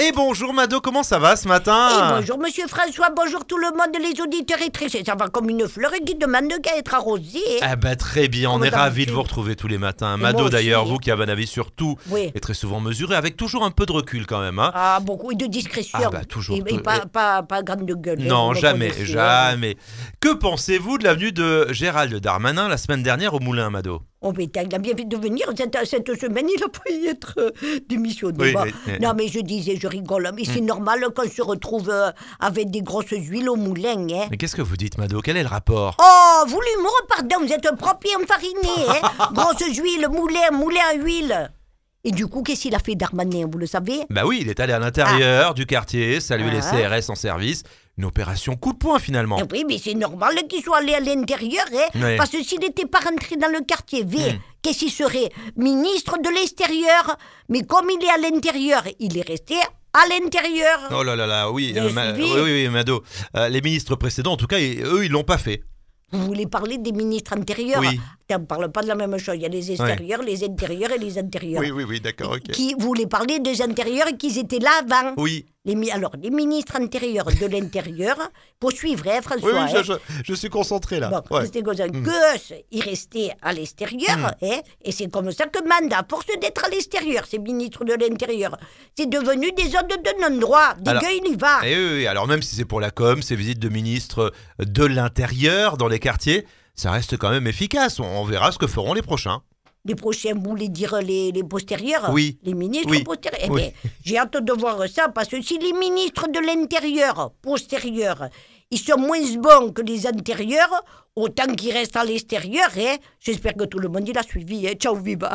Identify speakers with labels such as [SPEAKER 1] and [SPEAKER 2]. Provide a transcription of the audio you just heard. [SPEAKER 1] Et Eh, bonjour Mado, comment ça va ce matin
[SPEAKER 2] Et Eh, bonjour Monsieur François, bonjour tout le monde, les auditeurs et très ça va comme une fleur qui demande qu'à être arrosée.
[SPEAKER 1] Eh ben très bien, on
[SPEAKER 2] Comme
[SPEAKER 1] est ravis de
[SPEAKER 2] d'habitude.
[SPEAKER 1] vous retrouver tous les matins.
[SPEAKER 2] moi
[SPEAKER 1] Mado
[SPEAKER 2] aussi.
[SPEAKER 1] d'ailleurs, vous qui avez un avis sur tout,
[SPEAKER 2] Oui.
[SPEAKER 1] et très souvent mesuré, avec toujours un peu de recul quand même. hein.
[SPEAKER 2] Ah beaucoup et de discrétion.
[SPEAKER 1] Ah, bah, toujours
[SPEAKER 2] Et, et
[SPEAKER 1] peu-
[SPEAKER 2] pas, pas, pas grande gueule. hein, vous
[SPEAKER 1] non,
[SPEAKER 2] me
[SPEAKER 1] jamais,
[SPEAKER 2] connaissez, hein.
[SPEAKER 1] jamais. Que pensez-vous de l'avenue de Gérald Darmanin la semaine dernière au Moulin Mado
[SPEAKER 2] Oh pétain, il a bien fait de venir cette, cette semaine, il a failli être euh, démissionné.
[SPEAKER 1] Oui,
[SPEAKER 2] Bah,
[SPEAKER 1] oui, Hmm. oui.
[SPEAKER 2] Non mais je disais, je rigole, mais c'est normal qu'on se retrouve euh, avec des grosses huiles au moulin. Hein.
[SPEAKER 1] Mais qu'est-ce que vous dites Mado Quel est le rapport
[SPEAKER 2] Oh, vous l'humour, pardon, vous êtes propre et enfariné. Hein Grosse huile, moulin, moulin à huile. Et du coup, qu'est-ce qu'il a fait Darmanin, vous le savez
[SPEAKER 1] Bah oui, il est allé à l'intérieur du quartier, saluer
[SPEAKER 2] Ah.
[SPEAKER 1] les CRS en service. Une opération coup de poing finalement.
[SPEAKER 2] Eh Oui, mais c'est normal qu'il soit allé à l'intérieur, hein,
[SPEAKER 1] Ouais.
[SPEAKER 2] parce que s'il n'était pas rentré dans le quartier V,
[SPEAKER 1] Hmm.
[SPEAKER 2] qu'est-ce qu'il serait Ministre de l'extérieur. Mais comme il est à l'intérieur, il est resté à l'intérieur.
[SPEAKER 1] Oh là là là, oui,
[SPEAKER 2] Vous
[SPEAKER 1] euh,
[SPEAKER 2] avez
[SPEAKER 1] ma- oui,
[SPEAKER 2] suivi
[SPEAKER 1] oui, oui, Mado. Euh, les ministres précédents, en tout cas, ils- eux, ils l'ont pas fait.
[SPEAKER 2] Vous voulez parler des ministres antérieurs
[SPEAKER 1] Oui.
[SPEAKER 2] Putain, On ne parle pas de la même chose. Il y a les extérieurs, les intérieurs et les intérieurs.
[SPEAKER 1] oui, oui, d'accord, ok.
[SPEAKER 2] Qui, vous voulez parler des intérieurs et qu'ils étaient là avant
[SPEAKER 1] Oui,
[SPEAKER 2] Les, mi- alors, les ministres intérieurs de l'intérieur, poursuivre, hein, François
[SPEAKER 1] oui, oui,
[SPEAKER 2] hein.
[SPEAKER 1] je, je- je suis concentré là.
[SPEAKER 2] Bon,
[SPEAKER 1] Ouais. Mmh.
[SPEAKER 2] c'était comme ça. Gosse, il restait à l'extérieur, hein, et c'est comme ça que Manda, à force d'être à l'extérieur, ces ministres de l'intérieur, c'est devenu des hommes de non-droit. Des
[SPEAKER 1] Alors-
[SPEAKER 2] gueux, il y va.
[SPEAKER 1] Et oui, oui, alors même si c'est pour la com, ces visites de ministres de l'intérieur dans les quartiers, ça reste quand même efficace. On, on verra ce que feront les prochains.
[SPEAKER 2] Les prochains, vous voulez dire les, les postérieurs
[SPEAKER 1] Oui.
[SPEAKER 2] Les ministres
[SPEAKER 1] Oui.
[SPEAKER 2] postérieurs. Eh
[SPEAKER 1] Oui.
[SPEAKER 2] ben, j'ai hâte de voir ça, parce que si les ministres de l'intérieur, postérieurs, ils sont moins bons que les antérieurs, autant qu'ils restent à l'extérieur, hein, j'espère que tout le monde il a suivi. hein. Ciao, viva